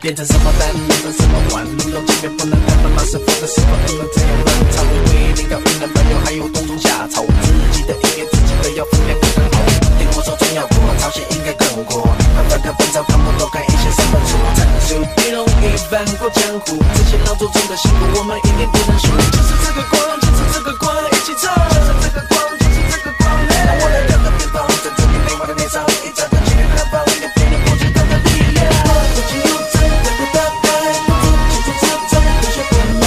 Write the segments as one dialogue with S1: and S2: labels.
S1: 变成什么蛋，变成什么碗，都千万不能太慢，老是放的是否不能自由乱唱。因为灵感不能漫游，还有冬虫夏草，自己的音乐自己的要分量更好。听我说中药国，朝鲜应该更国，翻翻看本草纲目，多看一些三本书，战术地龙一翻过江湖，这些老祖宗的辛苦，我们一定不能输。就是这个光，就是这个光，一起唱。就是这个光，就是这个光，让我来亮个地方，在这里没我的内伤，一张张去远方，你别人不知道的力量。不进入真的不打败，不进进入真正不学不卖，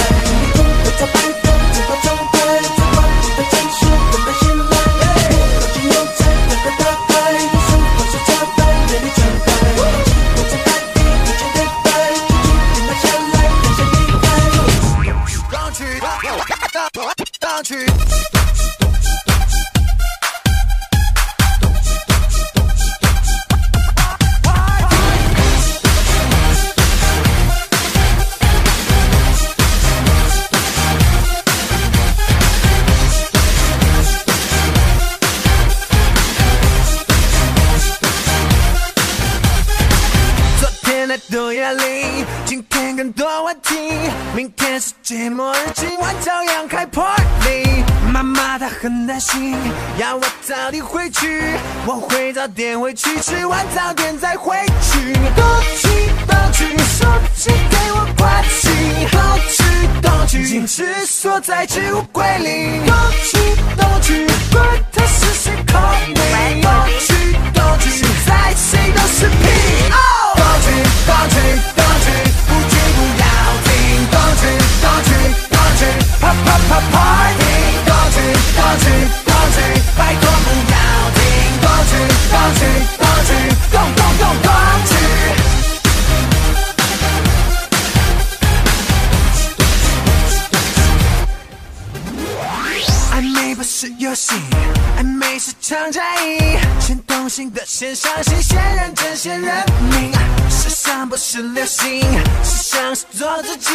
S1: 努力不会再败，只怕崇拜，只怕你的战术不被信赖。不进入真的不打败，不输不是战败，美丽战败。不再败敌，不去对白，继续停了下来，留下意外。
S2: 上去，上去，
S1: 昨天太多压力，今天更多问题，明天世界末日，今晚照样开 party。妈妈她很担心，要我早点回去，我会早点回去，吃完早点再回去。东去东去，手机给我关机，好吃东去，坚持锁在置物柜里。东去东去，管他是谁 call me，东去东去，现在谁都是屁。哦道具，道具，道具，不去不要停。道具，道具，道具，啪啪啪 party。道具，道具，道具，拜托不要停。道具，道具，道具，动动动道具。暧昧不是游戏，暧昧是场战役，先动心的先伤心，先认真先认命。时尚不是流行，时尚是做自己。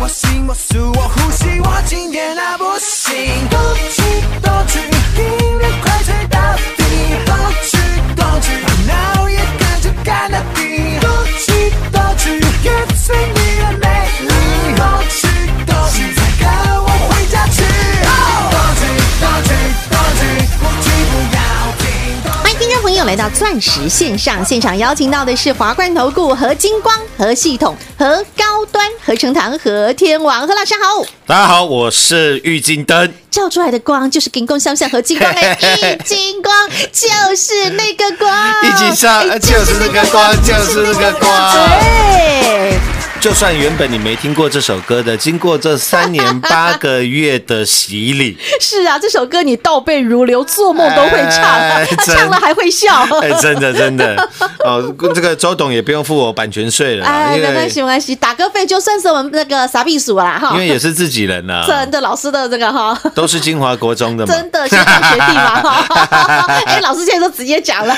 S1: 我行我素我呼吸，我今天那不行。都去都去，音乐快吹到底。都去都去，烦恼也跟着干到底。都去都去，也随你的美丽。都去都去，现在跟我回家去。道具道具道具，不去不要停。
S3: 欢迎听众朋友来到钻石线上，现场邀请到的是华冠投顾和金光和系统和高端和成堂和天王何老师好。
S4: 大家好，我是郁金灯，
S3: 照出来的光就是金光相像和金 光哎，一金光就是那个光，
S4: 一金上
S3: 哎
S4: 就是那个光就是那个光
S3: 对，
S4: 就算原本你没听过这首歌的，经过这三年八个月的洗 礼，
S3: 是啊，这首歌你倒背如流，做梦都会唱，
S4: 哎
S3: 他
S4: 真
S3: 唱了还会笑。
S4: 哎，真的真的，哦，这个周董也不用付我版权税了啦，
S3: 哎，
S4: 因
S3: 没关
S4: 为
S3: 系，没关系，打歌费就算是我们那个傻避暑啦哈
S4: 因。为也是自己人呐，
S3: 真的，老师的这个 哈，
S4: 都是金华国中的嘛，
S3: 真的学长学弟嘛哈。哎，老师现在都直接讲 了，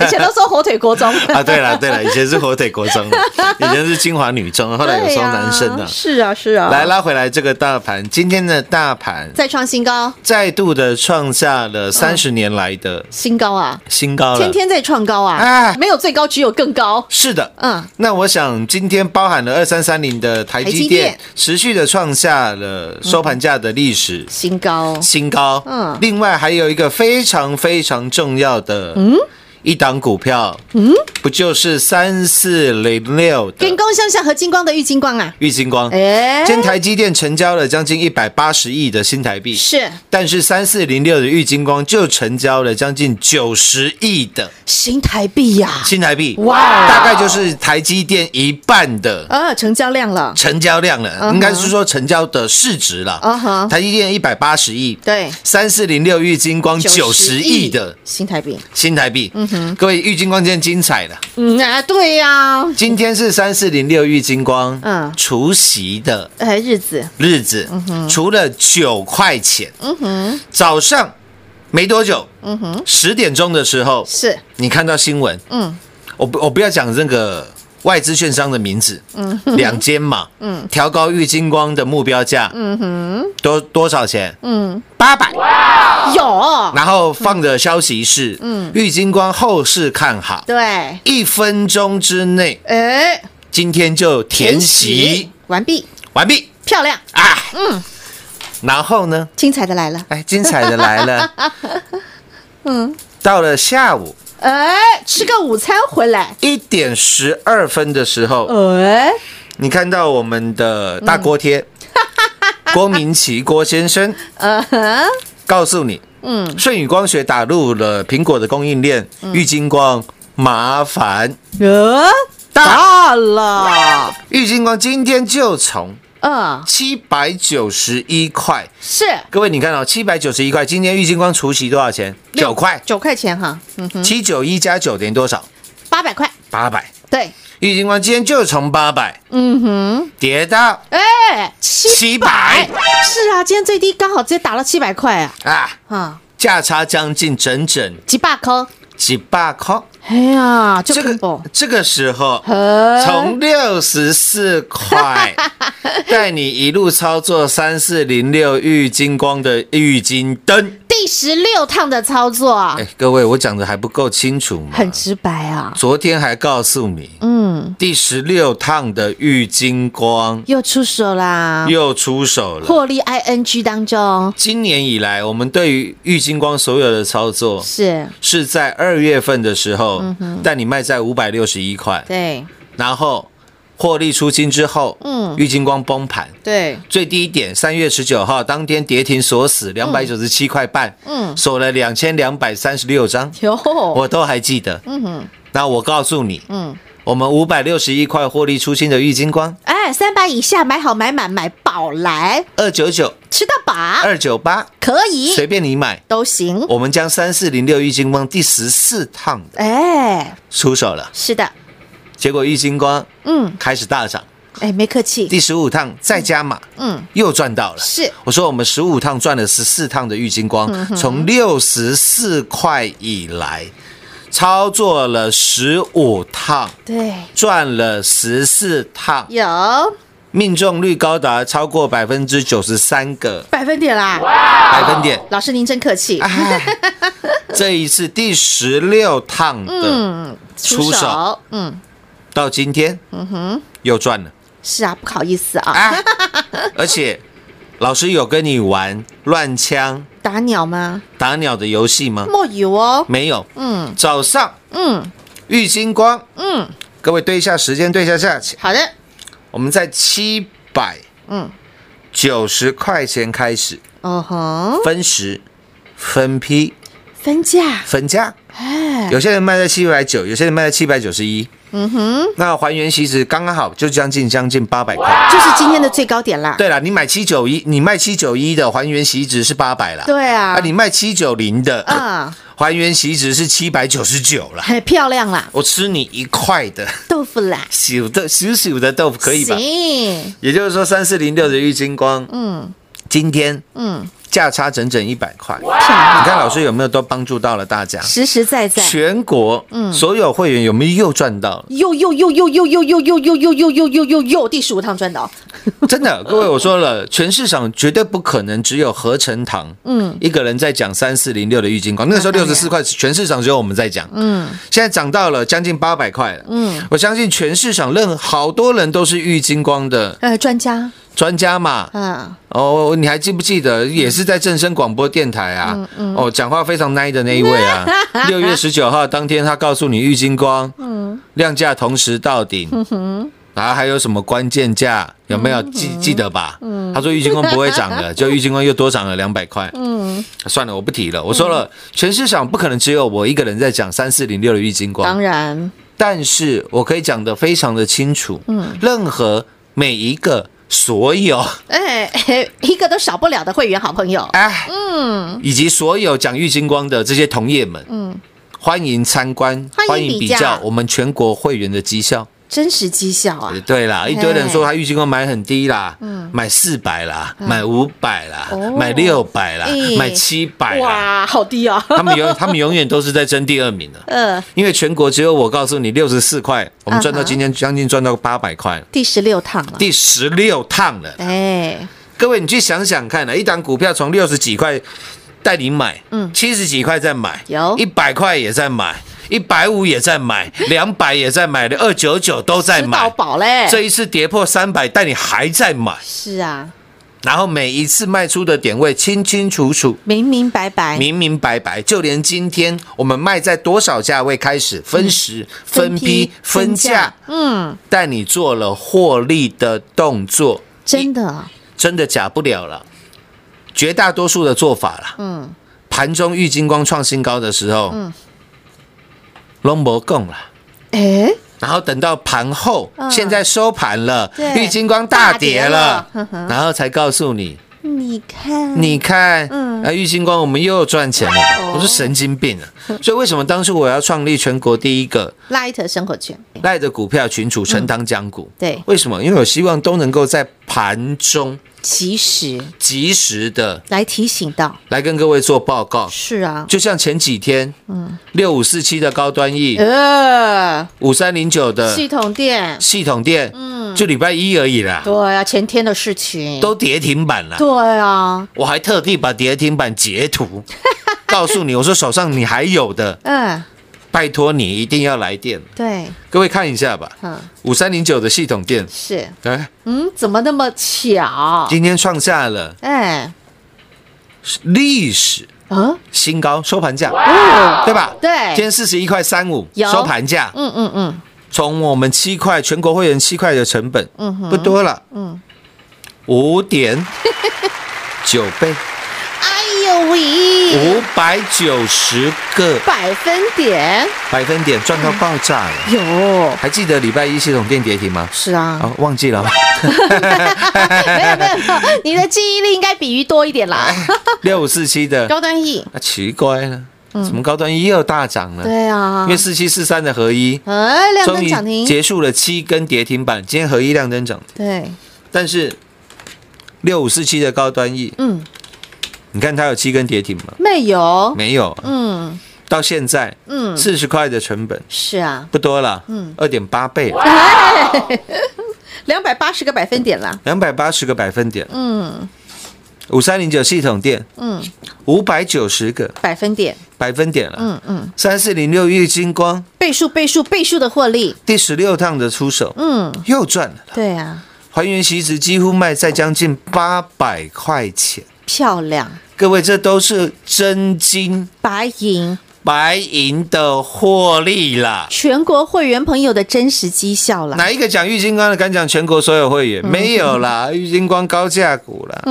S3: 以前都说火腿国中。
S4: 啊，对了对了，以前是火腿国中 的，以前是金华女中，后来有双男生
S3: 对
S4: 的
S3: 啊。是啊，是啊。
S4: 来拉回来这个大盘，今天的大盘
S3: 再创新高，
S4: 再度的创下了三十年来的
S3: 新高啊！
S4: 新高了，
S3: 天天在创高啊！
S4: 哎
S3: 没有最高，只有更高。
S4: 是的，
S3: 嗯
S4: 嗯，那我想今天包含了二三三零的台
S3: 台积
S4: 积
S3: 电
S4: 电，持续的创下了收盘价的历史
S3: 新高，
S4: 新高。
S3: 嗯
S4: 嗯，另外还有一个非常非常重要的，嗯，一档股票，嗯，不就是三四零六的
S3: 跟光相像和金光的玉金光啊，
S4: 玉金光？
S3: 哎，
S4: 今天台积电成交了将近一百八十亿的新台币，
S3: 是
S4: 但是三四零六的玉金光就成交了将近九十亿的
S3: 新台币呀、
S4: 新台币，
S3: 哇
S4: 哇，大概就是台积电一半的
S3: 啊，成交量了，
S4: 成交量了
S3: 嗯哼
S4: 应该是说成交的市值了。
S3: 嗯哼
S4: 台积电一百八十亿，
S3: 对
S4: 三四零六玉金光九十亿的
S3: 新台币，
S4: 新台币。嗯各位，玉金光今天精彩了，
S3: 嗯啊，对呀、
S4: 今天是三四零六玉金光，
S3: 嗯
S4: 除夕的
S3: 哎，日子，
S4: 日子，除了九块钱，
S3: 嗯哼，
S4: 早上没多久，
S3: 嗯哼，
S4: 十点钟的时候，
S3: 是，
S4: 你看到新闻，
S3: 嗯，
S4: 我不我不要讲这个外资券商的名字，嗯，两间嘛，嗯，调高玉金光的目标价，嗯哼，多多少钱？
S3: 嗯，
S4: 八百。
S3: 有，
S4: 然后放的消息是，嗯，玉金光后市看好，
S3: 对，
S4: 一分钟之内，
S3: 哎，
S4: 今天就填息
S3: 完毕，
S4: 完毕
S3: 漂亮，
S4: 啊，嗯，然后呢，
S3: 精彩的来了，
S4: 哎，精彩的来了， 嗯，到了下午
S3: 哎，吃个午餐回来，
S4: 一点十二分的时候，
S3: 哎，
S4: 你看到我们的大锅贴， 郭明奇郭先生
S3: 嗯哼，
S4: 告诉你，
S3: 嗯，
S4: 舜宇光学打入了苹果的供应链，玉金光麻烦，
S3: 呃，大了，
S4: 玉金光今天就从
S3: 嗯，
S4: 七百九十一块，
S3: 是
S4: 各位你看哦，七百九十一块，今天玉金光除息多少钱？九块，
S3: 九块钱哈，嗯哼，
S4: 七九一加九等于多少？
S3: 八百块，
S4: 八百。
S3: 对，
S4: 玉金光今天就从八百
S3: 嗯哼，
S4: 跌到
S3: 哎，七，
S4: 七百
S3: 是啊，今天最低刚好直接打到七百块啊，
S4: 啊，
S3: 啊，
S4: 价差将近整整
S3: 几百颗，
S4: 几百块。
S3: 哎呀，就
S4: 这
S3: 恐怖
S4: 个。这个时候，
S3: 呃
S4: 从六十四 块带你一路操作三四零六玉金光的玉金灯。
S3: 第十六趟的操作
S4: 哎，各位，我讲的还不够清楚吗？
S3: 很直白啊，
S4: 昨天还告诉你，
S3: 嗯，
S4: 第十六趟的玉金光
S3: 又出手啦，
S4: 又出手了。
S3: 获利 ing 当中
S4: 今年以来，我们对于玉金光所有的操作，
S3: 是
S4: 是在二月份的时候带你卖在五百六十一块，
S3: 嗯对
S4: 然后获利出清之后，
S3: 嗯
S4: 玉金光崩盘，
S3: 对，
S4: 最低点三月十九号当天跌停锁死两百九十七块半，
S3: 嗯
S4: 锁了两千两百三十六张，
S3: 有
S4: 我都还记得。
S3: 嗯哼
S4: 那我告诉你，
S3: 嗯，
S4: 我们五百六十一块获利出清的玉金光，
S3: 哎，三百以下买好买满买宝来
S4: 二九九、
S3: 吃到饱，
S4: 二九八，
S3: 可以
S4: 随便你买。
S3: 都行，
S4: 哎我们将三四零六玉金光第十四趟
S3: 哎，
S4: 出手了，
S3: 是的，
S4: 结果玉金光
S3: 嗯，
S4: 开始大涨，
S3: 哎，没客气，
S4: 第十五趟再加码，
S3: 嗯，
S4: 又赚到了。
S3: 是
S4: 我说我们十五趟赚了十四趟的郁金光，从六十四块以来，操作了十五趟，
S3: 对，
S4: 赚了十四趟，
S3: 有
S4: 命中率高达超过百分之九十三个
S3: 百分点啦，
S4: 百分 点。
S3: 老师您真客气，
S4: 哎，这一次第十六趟的，
S3: 嗯，
S4: 出手，
S3: 嗯，
S4: 到今天，嗯哼，又赚了
S3: 是啊，不好意思啊，
S4: 啊！而且老师有跟你玩乱枪
S3: 打鸟吗？
S4: 打鸟的游戏吗？
S3: 没有哦，
S4: 没有，
S3: 嗯
S4: 早上
S3: 嗯
S4: 玉金光，
S3: 嗯，
S4: 各位对一下时间，对一下价钱，
S3: 好的，
S4: 我们在七百
S3: 嗯，
S4: 九十块钱开始
S3: 哦吼，
S4: 分时、分批、
S3: 分价，
S4: 分价，
S3: 哎，
S4: 有些人卖在七百九，有些人卖在七百九十一，
S3: 嗯哼，
S4: 那还原其实刚刚好，就将近将近八百块。
S3: 就是今天的最高点啦。
S4: 对了，你买七九一，你卖七九一的还原席值是八百啦。
S3: 对啊
S4: 啊，你卖七九零的，
S3: 啊，
S4: 还原席值是七百九十九啦。
S3: 很漂亮啦，
S4: 我吃你一块的
S3: 豆腐啦，
S4: 小的小小的豆腐可以吧？
S3: 行，
S4: 也就是说，三四零六的郁金光，
S3: 嗯
S4: 今天
S3: 嗯，
S4: 价差整整一百块。
S3: 漂
S4: 你
S3: 亮，
S4: 看老师有没有都帮助到了大家？
S3: 实实在在，？
S4: 全国所有会员有没有又赚到
S3: 又又又又又又又又又又又又又又又第十五趟赚到，
S4: 真的，各位我说了，全市场绝对不可能只有合成堂，嗯，一个人在讲三四零六的郁金光，那个时候六十四块，全市场只有我们在讲，嗯，现在涨到了将近八百块了，嗯，我相信全市场任好多人都是郁金光的
S3: 呃，专家，
S4: 专家嘛，
S3: 嗯，
S4: 哦，你还记不记得，也是在正声广播电台啊？
S3: 嗯
S4: 哦，讲话非常 nice 的那一位 啊。六月十九号当天，他告诉你郁金光，
S3: 嗯
S4: 量价同时到顶，然后还有什么关键价有没
S3: 嗯
S4: 有记记得吧？他说郁金光不会涨 的，就郁金光又多涨了两百块。
S3: 嗯
S4: 算了，我不提了。我说了，全市场不可能只有我一个人在讲三四零六的郁金光，
S3: 当然，
S4: 但是我可以讲得非常的清楚，
S3: 嗯
S4: 任何每一个所有。
S3: 哎，嘿一个都少不
S4: 啊
S3: 了的会员好朋友，
S4: 哎，嗯，以及所有讲郁金光的这些同业们，嗯，欢迎参观，
S3: 欢迎比较
S4: 我们全国会员的绩效。
S3: 真实绩效啊
S4: 呃，对啦，一堆人说他预期光买很低啦，买四百啦，买五百啦
S3: 嗯哦，
S4: 买六百啦
S3: 哎，
S4: 买七百啦，
S3: 哇，好低啊！
S4: 他们永他们永远都是在争第二名的。
S3: 呃，
S4: 因为全国只有我告诉你六十四块，我们赚到
S3: 嗯哼
S4: 今天将近赚到八百块了，
S3: 第十六趟了，
S4: 第十六趟了。
S3: 哎，
S4: 各位，你去想想看啊，一档股票从六十几块带你买，
S3: 嗯
S4: 七十几块在买，
S3: 有
S4: 一百块也在买，一百五也在买，两百也在买，二九九都在
S3: 吃到
S4: 买。
S3: 饱嘞！
S4: 这一次跌破三百，但你还在买，
S3: 是啊，
S4: 然后每一次卖出的点位清清楚楚、
S3: 明明白白，
S4: 明明白白，就连今天我们卖在多少价位开始分时、分批、分价，
S3: 嗯，
S4: 但你做了获利的动作，
S3: 真的，
S4: 真的假不了了。绝大多数的做法啦，
S3: 嗯，
S4: 盘中玉金光创新高的时候，嗯，龙博供了。
S3: 哎，
S4: 然后等到盘后，
S3: 嗯
S4: 现在收盘了
S3: 对，
S4: 玉金光大跌
S3: 大跌
S4: 了
S3: 了呵，呵
S4: 然后才告诉你，
S3: 你看，
S4: 你看，
S3: 嗯
S4: 啊，玉金光我们又赚钱
S3: 哦
S4: 了，我说神经病啊！ 所以为什么当初我要创立全国第一个
S3: Light 生活圈，
S4: 赖的股票群主陈塘江股？
S3: 对，
S4: 为什么？因为我希望都能够在盘中
S3: 及时
S4: 及时的
S3: 来提醒到，
S4: 来跟各位做报告。
S3: 是啊，
S4: 就像前几天，嗯，六五四七的高端 E，
S3: 呃，
S4: 五三零九的
S3: 系统店，
S4: 系统店，嗯，就礼拜一而已啦，
S3: 对啊，前天的事情，
S4: 都跌停板了。
S3: 对啊，
S4: 我还特地把跌停板截 图告诉你，我说手上你还有的，
S3: 嗯，
S4: 拜托你一定要来电。
S3: 对，
S4: 各位看一下吧
S3: 嗯，
S4: 五三零九的系统店，
S3: 是，
S4: 哎，
S3: 嗯，怎么那么巧？
S4: 今天创下了
S3: 哎，
S4: 历史
S3: 啊，
S4: 新高收盘价，
S3: 哦，
S4: 对吧？
S3: 对
S4: 今天四十一块三五
S3: 有
S4: 收盘价，
S3: 嗯嗯嗯，
S4: 从我们七块全国会员七块的成本，
S3: 嗯哼
S4: 不多了，
S3: 嗯，
S4: 五点九倍，
S3: 哎呦喂，
S4: 五百九十个
S3: 百分点
S4: 百分点赚到爆炸了。
S3: 有，
S4: 还记得礼拜一系统店跌停吗？
S3: 是啊，
S4: 哦，忘记了，
S3: 没有没有，没有，你的记忆力应该比鱼多一点啦。
S4: 六五四七 的，
S3: 高端 E，
S4: 啊，奇怪了，怎么高端一又大涨了？
S3: 嗯对啊
S4: 因为，四七四三的合一
S3: 哎，亮
S4: 终
S3: 灯涨
S4: 于
S3: 停，
S4: 结束了七根跌停板，今天合一亮灯涨，
S3: 对，
S4: 但是六五四七的高端一，
S3: 嗯，
S4: 你看它有七根跌停吗？
S3: 没有，
S4: 没有，啊
S3: 嗯
S4: 到现在
S3: 嗯，
S4: 四十块的成本
S3: 是啊，
S4: 不多了，二点八倍，
S3: 两百八十个百分点啦，
S4: 两百八十个百分点，
S3: 嗯
S4: 五三零九系统店
S3: 嗯，
S4: 五百九十个
S3: 百分点，
S4: 百分点了，
S3: 嗯嗯，
S4: 三四零六玉金光。
S3: 倍数倍数倍数的获利，
S4: 第十六趟的出手，
S3: 嗯，
S4: 又赚了。
S3: 对啊，
S4: 还原席值几乎卖在将近八百块钱，
S3: 漂亮，
S4: 各位，这都是真金
S3: 白银，
S4: 白银的获利啦。
S3: 全国会员朋友的真实绩效啦，
S4: 哪一个讲玉金光的敢讲全国所有会员？没有啦，玉金光高价股啦，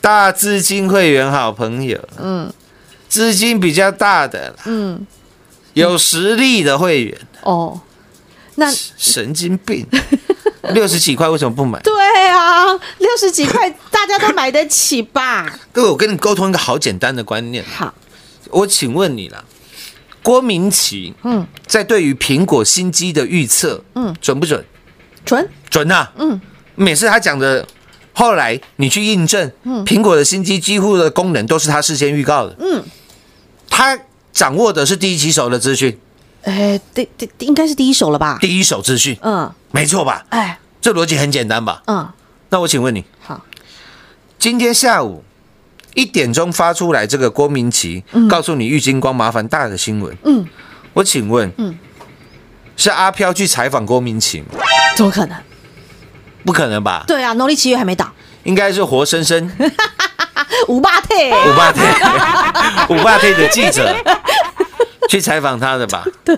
S4: 大资金会员好朋友，嗯，资金比较大的啦，
S3: 嗯，
S4: 有实力的会员，
S3: 哦，那
S4: 神经病，六十几块为什么不买？
S3: 对啊，六十几块大家都买得起吧？
S4: 各位，我跟你沟通一个好简单的观 念，
S3: 好，
S4: 我请问你啦，郭明奇
S3: 嗯，
S4: 在对于苹果新机的预测，
S3: 嗯
S4: 嗯，准不准？
S3: 准，
S4: 准呐、
S3: 嗯，
S4: 每次他讲的，后来你去印证，苹果的新机几乎的功能都是他事先预告的，
S3: 嗯，
S4: 他掌握的是第一起手的资讯，
S3: 哎，第第应该是第一手了吧？
S4: 第一手资讯，
S3: 嗯，
S4: 没错吧？
S3: 哎，
S4: 这逻辑很简单吧？
S3: 嗯，
S4: 那我请问你，
S3: 好，
S4: 今天下午一点钟发出来这个郭明奇、告诉你郁金光麻烦大的新闻，
S3: 嗯，
S4: 我请问，
S3: 嗯
S4: 是阿飘去采访郭明奇吗？
S3: 怎么可能？
S4: 不可能吧？
S3: 对啊，农历七月还没到，
S4: 应该是活生生五
S3: 五霸退，
S4: 霸退五霸退的记者去采访他的吧？
S3: 对，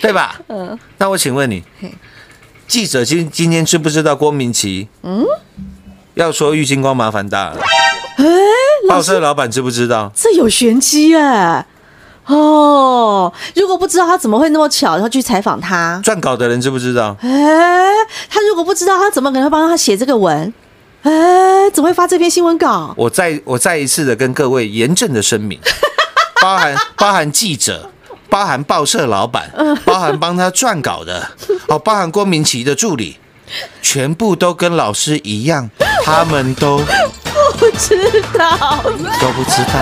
S4: 对吧？那我请问你
S3: 嘿，
S4: 记者今今天知不知道郭明奇？嗯，要说郁金光麻烦大了。报社老板知不知道？
S3: 这有玄机哎。哦，如果不知道他怎么会那么巧，然后去采访他？
S4: 撰稿的人知不知道？
S3: 哎，他如果不知道，他怎么可能会帮他写这个文？哎，怎么会发这篇新闻稿？
S4: 我再我再一次的跟各位严正的声明，包含包含记者、包含报社老板，
S3: 嗯
S4: 包含帮他撰稿 的，哦，包含郭明奇的助理，全部都跟老师一样，他们都
S3: 不知道，
S4: 都不知道，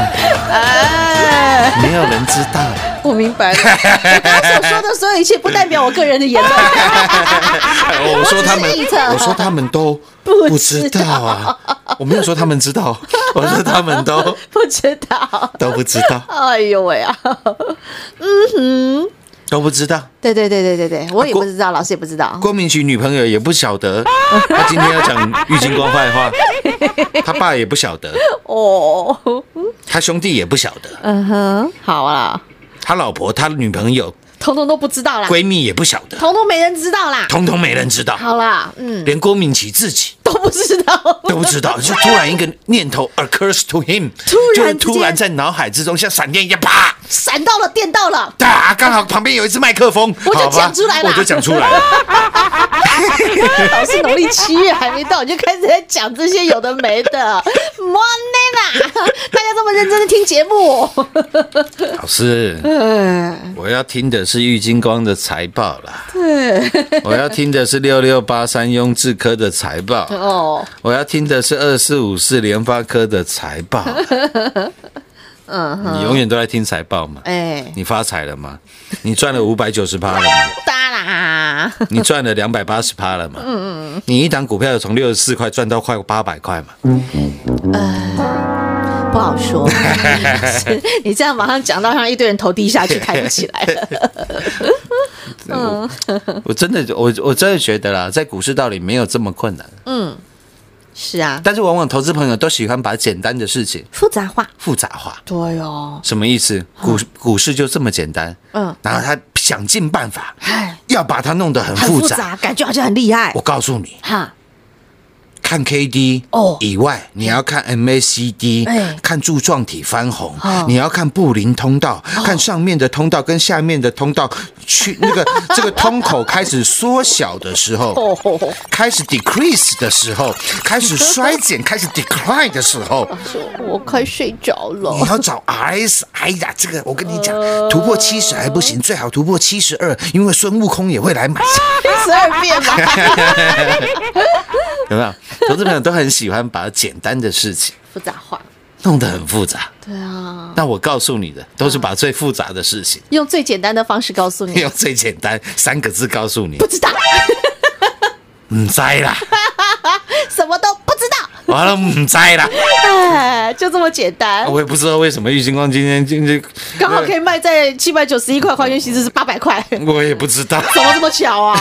S3: 哎，
S4: 没有人知道。
S3: 我明白了。我刚刚所说的所有一切，不代表我个人的言论。
S4: 我说他们
S3: 我只是臆测，
S4: 我说他们都不知道啊，我没有说他们知道，我说他们都
S3: 不知道。
S4: 都不知道，
S3: 哎呦喂啊！
S4: 都不知道。
S3: 对对对对对对，我也
S4: 郭
S3: 不知道，老师也不知道。
S4: 郭明奇女朋友也不 晓得，他今天要讲郁金光坏话，他爸也不晓得，
S3: 哦，
S4: 他兄弟也不晓得，
S3: 嗯哼，好啦，
S4: 他老婆、他女朋友、
S3: 统统都不知道啦，
S4: 闺蜜也不晓得，
S3: 统统没人知道啦。
S4: 统统没人知道，
S3: 好啦，嗯，
S4: 连郭明奇自己
S3: 都不知道。
S4: 都不知 道，就突然一个念头 occurs to him，
S3: 突然之间
S4: 就是突然在脑海之中像闪电一样啪。
S3: 闪到了，电到 了，
S4: 啊，刚好旁边有一支麦克风，
S3: 我就
S4: 好吧
S3: 讲出来了
S4: 我就讲出来了。
S3: 老师农历七月还没到，你就开始在讲这些有的没的，morning 啦！大家这么认真的听节目，
S4: 老师，我要听的是郁金光的财报啦，我要听的是六六八三雍智科的财报，
S3: 哦，
S4: 我要听的是二四五四联发科的财报。你永远都在听财报嘛？
S3: 哎，
S4: 你发财了吗？你赚了五百九十趴了吗？
S3: 当啦，
S4: 你赚了两百八十趴了嘛？你一档股票有从六十四块赚到快八百块嘛？
S3: 不好 说。你这样马上讲到让一堆人头低下去，抬不起来 了。
S4: 我真的，我我真的觉得啦，在股市道理没有这么困难，
S3: 是啊，
S4: 但是往往投资朋友都喜欢把简单的事情
S3: 复杂化。
S4: 复杂化。
S3: 对哦，
S4: 什么意思？股股市就这么简单，
S3: 嗯
S4: 然后他想尽办法
S3: 哎，
S4: 要把它弄得很
S3: 很
S4: 复
S3: 复
S4: 杂。
S3: 杂，感觉好像很厉害
S4: 我。告诉你，
S3: 哈，
S4: 看 K D
S3: 哦
S4: 以外，你要看 M A C D，
S3: 哎
S4: 看柱状体翻红
S3: 哦，
S4: 你要看布林通道，看上面的通道跟下面的通道去那个 这个通口开始缩小的时候，
S3: 哦，
S4: 开始 decrease 的时候，开始衰减，开始 decline 的时候，
S3: 我快睡着了
S4: 你。 要找 RS，哎呀，这个我跟你讲，
S3: 呃
S4: 突破七十还不行，最好突破七十二，因为孙悟空也 会来买。
S3: 十二遍吧。
S4: 有没有？投资朋友都很喜欢把简单的事情
S3: 复杂化。
S4: 弄得很复杂。
S3: 对啊，
S4: 那我告诉你的，都是把最复杂的事情
S3: 用最简单的方式告诉 你，
S4: 用最简单三个字告诉你
S3: 不，知道，
S4: 唔知啦，
S3: 什么都不知道，
S4: 完了唔知啦。
S3: 哎，就这么简单。
S4: 啊我也不知道为什么郁金光今天今天
S3: 刚好可以卖在七百九十一块，还原形式是八百块。 怎
S4: 我也不知道。
S3: 么这么巧 啊？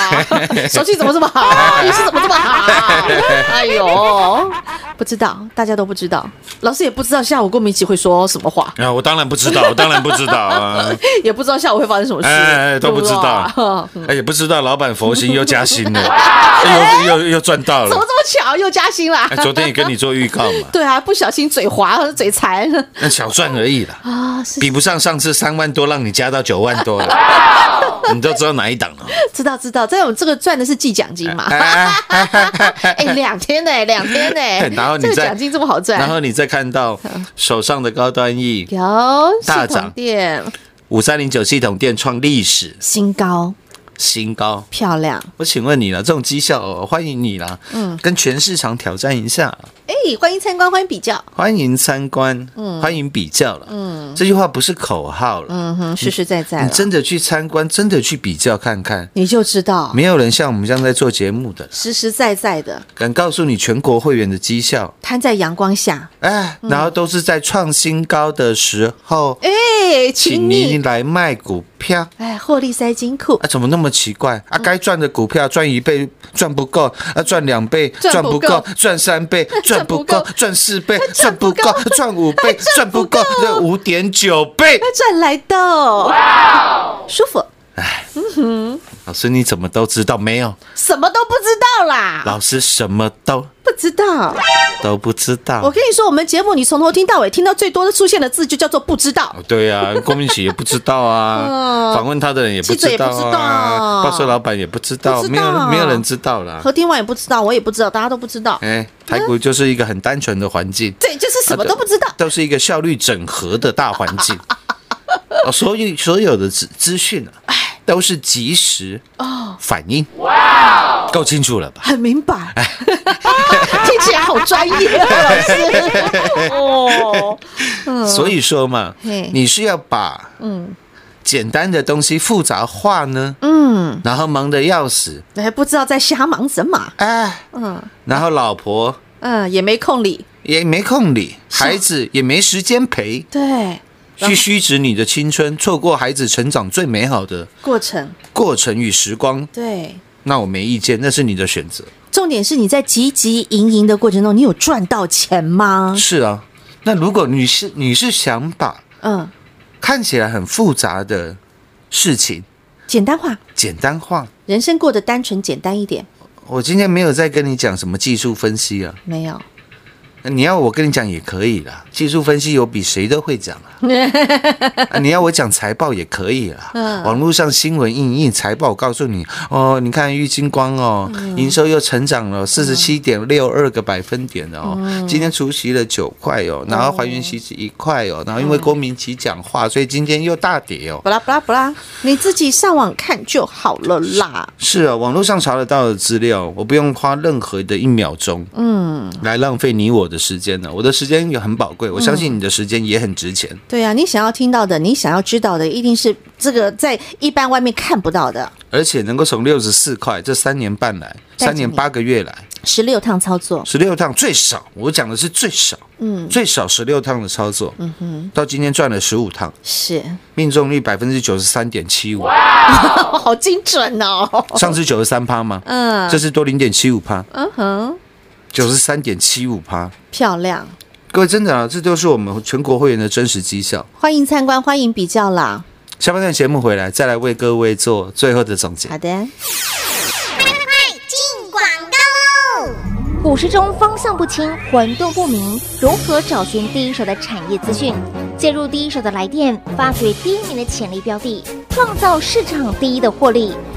S3: 手气怎么这么好啊？运势怎么这么好 啊？哎呦，不知道，大家都不知道，老师也不知道下午跟我们一起会说什么话，
S4: 啊，我当然不知道，我当然不知道啊，
S3: 也不知道下午会发生什么事，
S4: 哎，哎都不知
S3: 对 不对
S4: 道，哎，也不知道老板佛心又加薪 了，
S3: 哎
S4: 哎又又又赚到
S3: 怎么
S4: 了。
S3: 这么巧又加薪啦
S4: 哎，？昨天也跟你做预告嘛，
S3: 对啊，不小心嘴滑、嘴馋
S4: 那小赚而已啦，
S3: 啊，是
S4: 比不上上次三万多让你加到九万多了。
S3: 哦
S4: 你都知道哪一档了？，
S3: 知道知道，但我们这个赚的是季奖金嘛？ 哎，两天呢，两天呢
S4: 哎 然后你
S3: 哎这个
S4: 再
S3: 奖金这么好
S4: 然
S3: 赚，嗯
S4: 后你再看到手上的高端 E
S3: 有系
S4: 大
S3: 统
S4: 涨
S3: 店
S4: 五三零九系统店创历史
S3: 新高
S4: 新高。
S3: 漂亮，
S4: 我请问你了，这种绩效、哦、欢迎你啦，嗯，跟全市场挑战一下，
S3: 哎，欢迎参观，欢迎比较，
S4: 欢迎参观，欢迎比较了，嗯，这句话不是口号了，
S3: 嗯哼，实实在在
S4: 你
S3: 了，
S4: 真的去参观，真的去比较看看，
S3: 你就知道
S4: 没有人像我们这样在做节目的，
S3: 实实在在的
S4: 敢告诉你全国会员的绩效，
S3: 摊在阳光下，
S4: 哎，然后都是在创新高的时候，
S3: 哎，请
S4: 请您
S3: 你
S4: 来卖股票。
S3: 哎，获利塞金库
S4: 啊，，怎么那么奇怪啊？该赚的股票赚一倍赚不够，啊赚两倍
S3: 赚
S4: 赚
S3: 不
S4: 不
S3: 够
S4: 够，赚三 倍
S3: 赚
S4: 赚不够
S3: 不够，
S4: 赚四倍
S3: 赚
S4: 赚
S3: 不
S4: 不
S3: 够
S4: 够，赚五倍 赚不够，这五点九倍。
S3: 哎赚来的，
S4: 哦
S3: 舒服，
S4: 老师你怎么都知道没有？
S3: 什么都不知道啦，
S4: 老师什么都
S3: 不知道。
S4: 都不知
S3: 我
S4: 道。
S3: 跟你说，我们节目你从头听到尾，听到最多的出现的字就叫做不知道。
S4: 对啊，郭明喜也不知道 啊，
S3: 嗯
S4: 访问他的人也不
S3: 记者也
S4: 知
S3: 不
S4: 道
S3: 知
S4: 啊
S3: 道，
S4: 报社老板也不知道，
S3: 不知
S4: 没有
S3: 道
S4: 人没有人知道啦。
S3: 何天王也不知道，我也不知道，大家都不知道。
S4: 啊哎，台股就是一个很 单纯的环境。啊
S3: 对，就是什么都不知道。
S4: 都是一个效率整合的大环境。哦所有所有的资资讯啊，都是及时哦反应。
S3: 哦
S4: 哇，够清楚了吧？
S3: 很明白， 听起来好专业啊，老师。哦，
S4: 所以说嘛，
S3: 嘿
S4: 你是要把
S3: 嗯
S4: 简单的东西复杂化呢，
S3: 嗯，
S4: 然后忙得要死，
S3: 你还哎不知道在瞎忙什么？
S4: 哎，
S3: 嗯
S4: 然后老婆
S3: 嗯，也没空理。
S4: 也没空理，
S3: 是
S4: 孩子也没时间陪，
S3: 对，然后
S4: 去虚值你的青春，错过孩子成长最美好的
S3: 过程
S4: 过程与时光。
S3: 对。
S4: 那我没意见，那是你的选择。
S3: 重点是你在汲汲营营的过程中，你有赚到钱吗？
S4: 是啊，那如果你是你是想把
S3: 嗯，
S4: 看起来很复杂的事情
S3: 简单化，
S4: 简单化，
S3: 人生过得单纯简单一点，
S4: 我今天没有在跟你讲什么技术分析啊，
S3: 没有。
S4: 那你要我跟你讲也可以啦，技术分析我比谁都会讲啊。啊你要我讲财报也可以啦，网络上新闻印印财报，我告诉你哦，你看玉金光哦，营收又成长了四十七点六二个百分点哦，今天除息了九块哦，然后还原息是一块哦，然后因为郭明奇讲话，所以今天又大跌哦。
S3: 不啦不啦不啦，你自己上网看就好了啦。
S4: 是啊，网络上查得到的资料，我不用花任何的一秒钟，嗯，来浪费你我的时间呢。我的时间也很宝贵，我相信你的时间也很值钱。
S3: 对啊，你想要听到的，你想要知道的，一定是这个在一般外面看不到的。
S4: 而且能够从六十四块这三年半来，
S3: 带着
S4: 三
S3: 你
S4: 年八个月来，
S3: 十六趟操作，
S4: 十六趟最少，我讲的是最少，嗯，最少十六趟的操作，嗯哼，到今天赚了十五趟，
S3: 是
S4: 命中率百分之九十三点七五，
S3: 好精准哦。
S4: 上次九十三趴吗？
S3: 嗯
S4: 这是多零点七五趴，
S3: 嗯哼，
S4: 九十三点七五趴。
S3: 漂亮，
S4: 各位真的啊，这都是我们全国会员的真实绩效。
S3: 欢迎参观，欢迎比较啦。
S4: 下半段节目回来，再来为各位做最后的总结
S3: 好。的。
S5: 进广告喽！股市中方向不清、混沌不明，如何找寻第一手的产业资讯？介入第一手的来电，发掘第一名的潜力标的，创造市场第一的获利。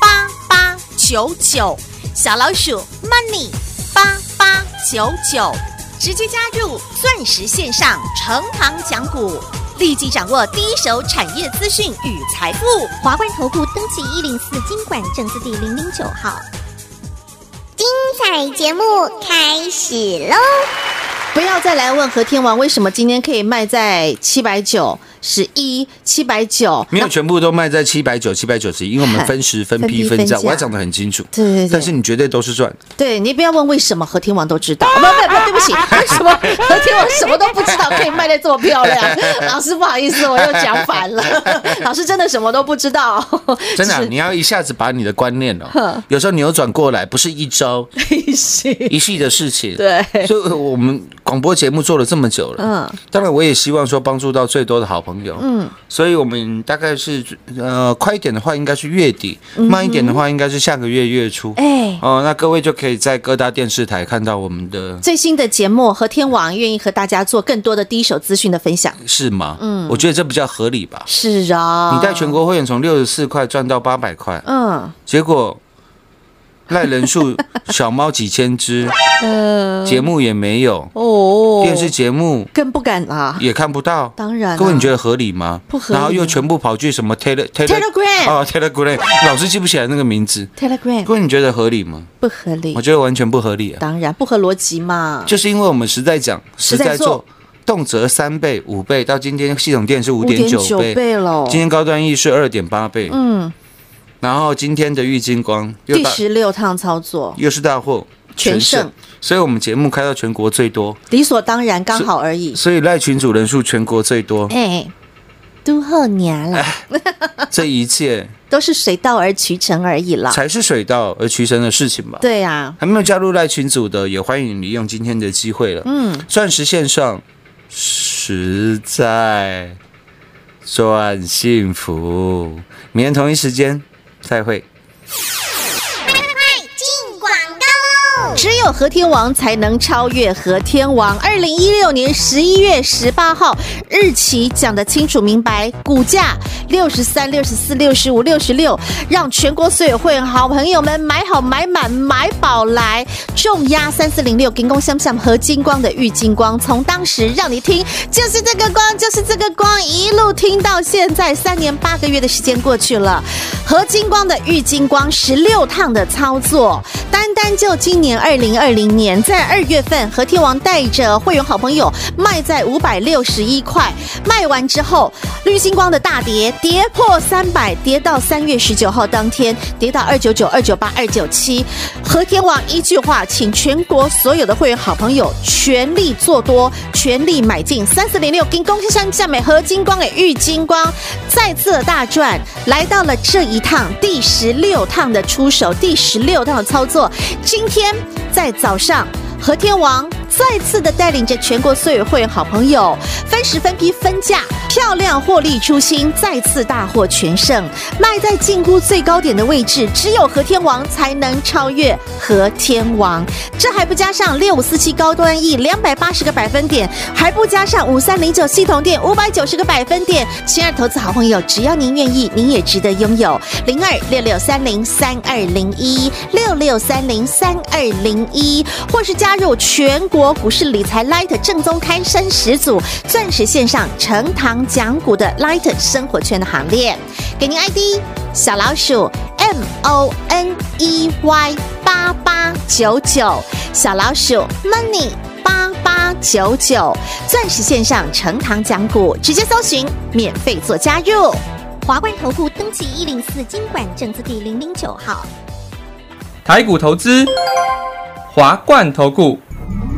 S6: 八八九九，小老鼠 Money 八八九九，直接加入钻石线上成堂讲股，立即掌握第一手产业资讯与财富。
S5: 华冠投顾登记一零四经管证字第零零九号。精彩节目开始喽！
S3: 不要再来问和天王为什么今天可以卖在七百九十一、七百九，
S4: 没有全部都卖在七百九、七百九十一，因为我们分时、分批、
S3: 分批
S4: 分价，
S3: 分价
S4: 我还讲得很清楚。
S3: 对对对
S4: 但是你绝对都是赚。
S3: 对你不要问为什么，和天王都知 道。啊不不不，对不起，为什么和天王什么都不知道可以卖的这么漂亮？老师不好意思，我又讲反 了。老师真的什么都不知道，
S4: 真的啊、
S3: 只是
S4: 你要一下子把你的观念哦，有时候扭转过来，不是 一周
S3: 内心
S4: 一系的事情。
S3: 对
S4: 所以我们广播节目做了这么久了，
S3: 嗯
S4: 嗯，当然我也希望说帮助到最多的好朋友，嗯，所以我们大概是呃快一点的话应该是月底，慢一点的话应该是下个月月初，
S3: 嗯哎
S4: 哦，那各位就可以在各大电视台看到我们的。
S3: 最新的节目，和天王愿意和大家做更多的第一手资讯的分享。
S4: 是吗？嗯，我觉得这比较合理吧。
S3: 是啊，
S4: 你带全国会员从六十四块赚到八百块，
S3: 嗯，
S4: 结果赖人 数小猫几千只，节目也没有，
S3: 呃哦，
S4: 电视节目
S3: 更不敢啦。
S4: 也看不到。
S3: 当然啊
S4: 各位你觉得合理吗？
S3: 不合理啊
S4: 然后又全部跑去什么 Tele Tele-
S3: Telegram 嗯
S4: 哦 Telegram，老是记不起来那个名字。各
S3: Telegram
S4: 位你觉得合理吗？
S3: 不合理
S4: 我，觉得完全不合理啊！
S3: 当然不合逻辑嘛。
S4: 就是因为我们实在讲，
S3: 实
S4: 实
S3: 在
S4: 在
S3: 做
S4: 做，动辄三倍、五倍，到今天系统电是五点
S3: 5.9
S4: 九倍，
S3: 倍喽
S4: 今天高端 E 是二点八倍，
S3: 哦嗯，
S4: 然后今天的玉金光又哦
S3: 第
S4: 大
S3: 十六趟操作，
S4: 又是大获
S3: 全胜，
S4: 所以我们节目开到全国最多，
S3: 理所当然，刚好而已。
S4: 所以赖群主人数全国最多，
S3: 哎，都后年
S4: 哎
S3: 了，哎
S4: 这一切
S3: 都是水到而渠成而已了。
S4: 才是水到而渠成的事情吧？。
S3: 啊对啊，
S4: 还没有加入赖群组的，也欢迎利用今天的机会了。嗯，钻石线上实在赚幸福。明天同一时间再会。
S5: 进广告喽！
S3: 只有和天王才能超越和天王。二零一六年十一月十八号日期讲得清楚明白，股价六十三、六十四、六十五、六十六，让全国所有会员好朋友们买好买满买宝来。重压三四零六，金光相向和金光的玉金光，从当时让你听，就是这个光，就是这个光，一路听到现在，三年八个月的时间过去了。和金光的玉金光十六趟的操作，单单就今年二零二零年，在二月份，和天王带着会员好朋友卖在五百六十一块，卖完之后，绿星光的大跌，跌破三百，跌到三月十九号当天，跌到二九九、二九八、二九七。和天王一句话，请全国所有的会员好朋友全力做多，全力买进三四零六跟公司山下美和金光给玉金光，再次的大赚，来到了这一趟第十六趟的出手，第十六趟的操作，今天在早上。和天王再次的带领着全国所有会员好朋友，分时分批分价，漂亮获利出清，再次大获全胜，卖在近估最高点的位置，只有和天王才能超越和天王。这还不加上六五四七高端 E 两百八十个百分点，还不加上五三零九系统店五百九十个百分点。亲爱的投资好朋友，只要您愿意，您也值得拥有。零二六六三零三二零一六六三零三二零一，或是加入全国股市理财 Light 正宗开山始祖钻石线上成堂讲股的 Light 生活圈的行列，给您 ID 小老鼠 M O N E Y 八八九九，小老鼠 Money 八八九九，钻石线上成堂讲股，直接搜寻免费做加入。
S5: 华冠投顾登记一零四经管证字第零零九号。
S7: 台股投资，华冠投顾。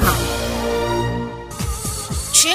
S5: 号。
S6: 全